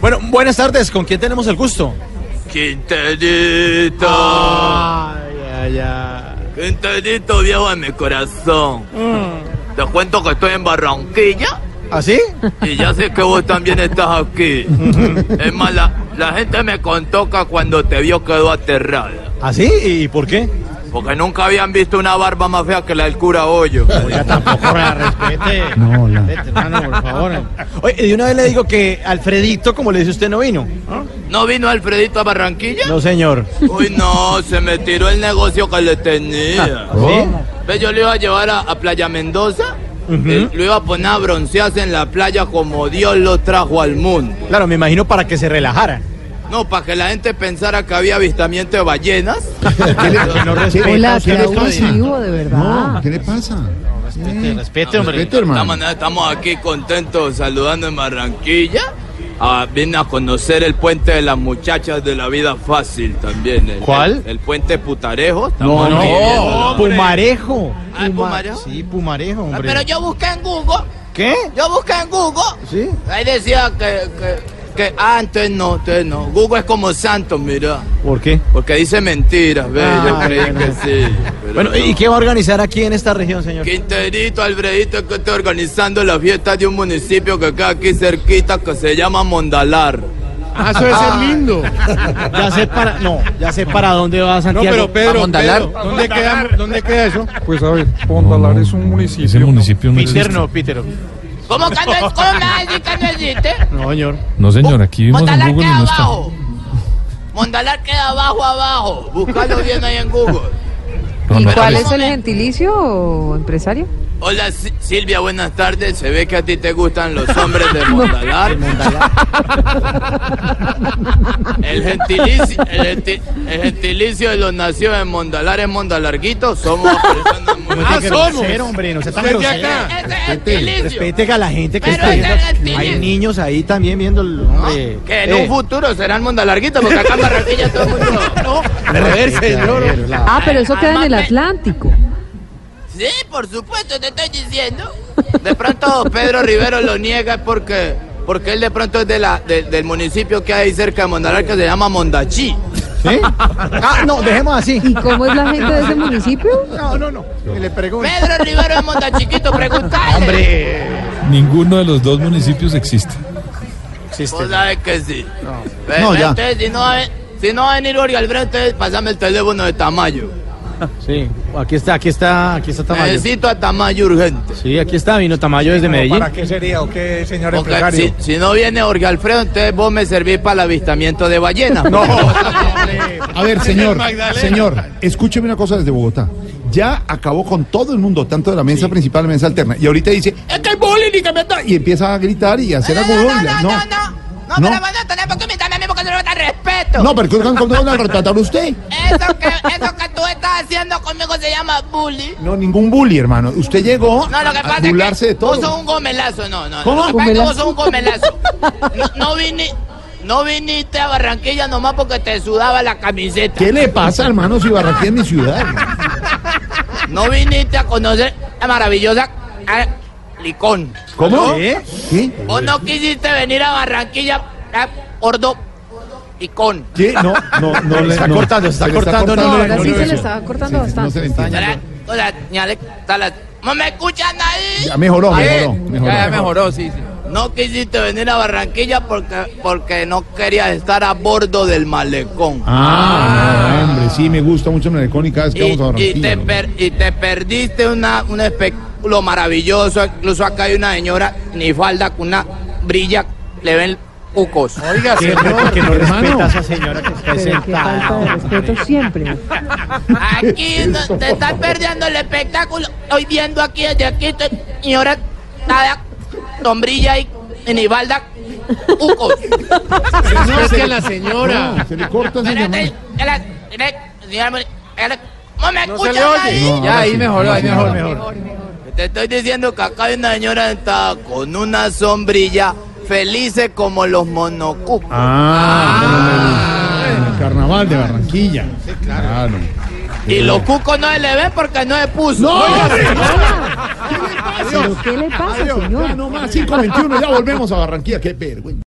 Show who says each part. Speaker 1: Bueno, buenas tardes. ¿Con quién tenemos el gusto?
Speaker 2: Quinterito,
Speaker 1: ay, ay.
Speaker 2: Quinterito viejo de mi corazón. Te cuento que estoy en Barranquilla
Speaker 1: ¿Así?
Speaker 2: y ya sé que vos también estás aquí. Es más, la, la gente me contó que cuando te vio quedó aterrada.
Speaker 1: ¿Así? ¿Ah, ¿Y por qué?
Speaker 2: Porque nunca habían visto una barba más fea que la del cura Hoyo.
Speaker 3: Ya tampoco la respete.
Speaker 4: No, la-
Speaker 3: Respete, hermano, por favor.
Speaker 1: Oye, de una vez le digo que Alfredito, como le dice usted, no vino.
Speaker 2: ¿No vino Alfredito a Barranquilla?
Speaker 1: No, señor.
Speaker 2: Uy, no, se me tiró el negocio que le tenía.
Speaker 1: ¿Sí?
Speaker 2: Ve, yo lo iba a llevar a, a Playa Mendoza, eh, lo iba a poner a broncearse en la playa como Dios lo trajo al mundo.
Speaker 1: Claro, me imagino para que se relajara.
Speaker 2: No, para que la gente pensara que había avistamiento de ballenas.
Speaker 3: Que no respete.
Speaker 4: Hola,
Speaker 3: ¿qué
Speaker 4: qué
Speaker 3: le pasa?
Speaker 4: abusivo, de verdad.
Speaker 5: Ah.
Speaker 6: No, ¿qué le pasa?
Speaker 3: Respete, respete, hombre.
Speaker 6: Vete,
Speaker 2: De esta
Speaker 6: hermano.
Speaker 2: manera estamos aquí contentos saludando en Barranquilla. Ah, vine a conocer el puente de las muchachas de la vida fácil también. el-
Speaker 1: ¿Cuál?
Speaker 2: El, el puente Putarejo.
Speaker 1: No,
Speaker 2: Estamos
Speaker 1: no,
Speaker 2: aquí viéndolo.
Speaker 1: Pumarejo.
Speaker 2: Ah, ¿es Pumarejo?
Speaker 1: Sí, Pumarejo,
Speaker 2: Ah,
Speaker 1: hombre.
Speaker 2: Pero yo busqué en Google.
Speaker 1: ¿Qué?
Speaker 2: Yo busqué en Google.
Speaker 1: ¿Sí?
Speaker 2: Ahí decía que, que, que- Ah, entonces no, entonces no. Google es como santo, mira.
Speaker 1: ¿Por qué?
Speaker 2: Porque dice mentiras, ve. yo
Speaker 4: Ah,
Speaker 2: creí que sí. pero
Speaker 1: Bueno, ¿y
Speaker 2: no.
Speaker 1: qué va a organizar aquí en esta región, señor?
Speaker 2: Quinterito, Albredito, es que estoy organizando la fiesta de un municipio que queda aquí cerquita que se llama Mondalar.
Speaker 3: Ah, eso debe ser lindo.
Speaker 1: Ya sé para... No, ya sé para dónde va
Speaker 7: No,
Speaker 1: Santiago.
Speaker 7: pero Pedro,
Speaker 3: Mondalar.
Speaker 7: Pedro, ¿dónde, queda, ¿dónde queda eso?
Speaker 8: Pues a ver, Pondalar es un municipio.
Speaker 4: Ese municipio no
Speaker 1: Peter
Speaker 4: existe.
Speaker 1: no, Peter.
Speaker 2: ¿Cómo que no es que no existe?
Speaker 1: No, señor.
Speaker 4: No, señor, aquí vimos en
Speaker 2: Mondalar
Speaker 4: Google y
Speaker 2: queda
Speaker 4: no está.
Speaker 2: abajo. Mondalar queda abajo, abajo. Búscalo bien ahí en Google.
Speaker 4: No,
Speaker 2: ¿Y
Speaker 4: no pues,
Speaker 2: Pero al
Speaker 4: aparece.
Speaker 5: ¿Cuál es el
Speaker 2: momento-
Speaker 5: gentilicio, empresario?
Speaker 2: Hola Si- Silvia, buenas tardes. Se ve que a ti te gustan los hombres de Mondalar. El gentilicio, el, genti- el gentilicio de los nacidos en Mondalar es Mondalarguito. Somos personas muy...
Speaker 1: No
Speaker 2: Ah,
Speaker 1: tiene que
Speaker 2: somos.
Speaker 1: ser, hombre, no sea tan
Speaker 7: Usted de
Speaker 1: grosero.
Speaker 7: acá.
Speaker 2: Ese es el gentilicio.
Speaker 1: Respete a la gente que
Speaker 2: Pero
Speaker 1: está
Speaker 2: ese
Speaker 1: viendo.
Speaker 2: era el tío.
Speaker 1: Hay niños ahí también viendo el
Speaker 2: ¿no?
Speaker 1: hombre.
Speaker 2: Que en
Speaker 1: Eh,
Speaker 2: un futuro serán Mondalarguitos, porque acá en Barranquilla todo el mundo... No.
Speaker 1: a ver, señor.
Speaker 5: Ah, pero eso queda en el
Speaker 2: además,
Speaker 5: Atlántico.
Speaker 2: Sí, por supuesto, te estoy diciendo. De pronto Pedro Rivero lo niega porque, porque él de pronto es de la, de- del municipio que hay cerca de Mondalar que se llama Mondachí.
Speaker 1: ¿Sí? Ah, no, dejemos así.
Speaker 5: ¿Y cómo es la gente de ese municipio?
Speaker 1: No, no, no. Que le pregunte.
Speaker 2: Pedro Rivero es Mondachiquito, pregúntale.
Speaker 1: Hombre.
Speaker 4: Ninguno de los dos municipios existe.
Speaker 1: Existe.
Speaker 2: Vos sabés que sí. No,
Speaker 6: No, ya.
Speaker 2: Ustedes, si, no, va- si no va a venir Uri Alfredo, ustedes pasame el teléfono de Tamayo.
Speaker 1: Sí, aquí está, aquí está, aquí está Tamayo.
Speaker 2: Necesito a Tamayo urgente.
Speaker 1: Sí, aquí está, vino Tamayo desde Medellín.
Speaker 7: ¿Para qué sería o qué, señor
Speaker 2: Porque
Speaker 7: empresario?
Speaker 2: si, si no viene Jorge Alfredo, entonces vos me servís para el avistamiento de ballena.
Speaker 7: No.
Speaker 6: A ver, señor,
Speaker 7: Magdalena.
Speaker 6: señor, escúcheme una cosa desde Bogotá. Ya acabó con todo el mundo, tanto de la mesa principal, mesa alterna. Y ahorita dice, es que el bullying y que me está-". Y empieza a gritar y a hacer algo. No, no,
Speaker 2: No,
Speaker 6: No.
Speaker 2: pero vos no tenés por qué invitarme a mí porque no me respeto.
Speaker 6: No, pero ¿qué- ¿cómo van a retratar a usted?
Speaker 2: Eso que, eso que tú estás haciendo conmigo se llama bullying.
Speaker 6: No, ningún bully, hermano. Usted llegó
Speaker 2: No, lo que
Speaker 6: a
Speaker 2: pasa es
Speaker 6: burlarse
Speaker 2: que
Speaker 6: de
Speaker 2: vos sos
Speaker 6: todo.
Speaker 2: un gomelazo, no, no.
Speaker 6: ¿Cómo?
Speaker 2: Lo que pasa es que vos sos un gomelazo. No, no vini- no viniste a Barranquilla nomás porque te sudaba la camiseta.
Speaker 6: ¿Qué le pasa, hermano, si Barranquilla es mi ciudad? hermano?
Speaker 2: No viniste a conocer la maravillosa ah, Licón.
Speaker 6: ¿Cómo?
Speaker 1: ¿Qué?
Speaker 6: ¿Qué?
Speaker 2: Vos no quisiste venir a Barranquilla, ah, gordo Licón.
Speaker 6: ¿Qué? No, no, no. le-
Speaker 1: Está
Speaker 6: no.
Speaker 1: cortando, está
Speaker 6: Se le
Speaker 1: cortando,
Speaker 5: No,
Speaker 1: No,
Speaker 5: ahora
Speaker 1: no,
Speaker 5: sí
Speaker 1: no,
Speaker 5: se
Speaker 1: no,
Speaker 5: le estaba cortando
Speaker 6: Sí, sí, no se le
Speaker 5: bastante.
Speaker 6: entiende.
Speaker 2: Hola, hola, señale, hola. ¿No me escuchan ahí?
Speaker 6: Ya mejoró,
Speaker 2: Ahí.
Speaker 6: mejoró, mejoró.
Speaker 2: sí, sí. No quisiste venir a Barranquilla porque, porque no querías estar a bordo del malecón.
Speaker 6: Ah, no, Ah, hombre, sí, me gusta mucho Malecón y cada vez que
Speaker 2: Y,
Speaker 6: vamos a
Speaker 2: y
Speaker 6: Barranquilla.
Speaker 2: te
Speaker 6: ¿no?
Speaker 2: per- y te perdiste una, un espectáculo maravilloso. Incluso acá hay una señora, ni falda, con una brilla, le ven cucos.
Speaker 1: Oiga, señor, que no respeta a esa señora que está ahí
Speaker 5: Pero qué falta de
Speaker 1: sentada.
Speaker 5: respeto siempre.
Speaker 2: Aquí no- te estás perdiendo el espectáculo. Estoy viendo aquí desde aquí, te- señora, nada, sombrilla y ni falda, cucos.
Speaker 3: Respete a la señora.
Speaker 6: No, se le corta esa llamada.
Speaker 2: Espérate, espérate, espérate, señora, espérate. No me escuchan ahí.
Speaker 6: No, ahora sí, ahora sí, ahora sí.
Speaker 2: Te estoy diciendo que acá hay una señora sentada con una sombrilla, felices como los monocucos.
Speaker 6: Ah, bueno, en el carnaval de Barranquilla. Ah, claro.
Speaker 2: y los cucos no se le ven porque no se puso.
Speaker 5: ¿Pero qué le pasa,
Speaker 6: Adiós,
Speaker 5: señor?
Speaker 6: ya no más, 521, ya volvemos a Barranquilla, qué vergüenza.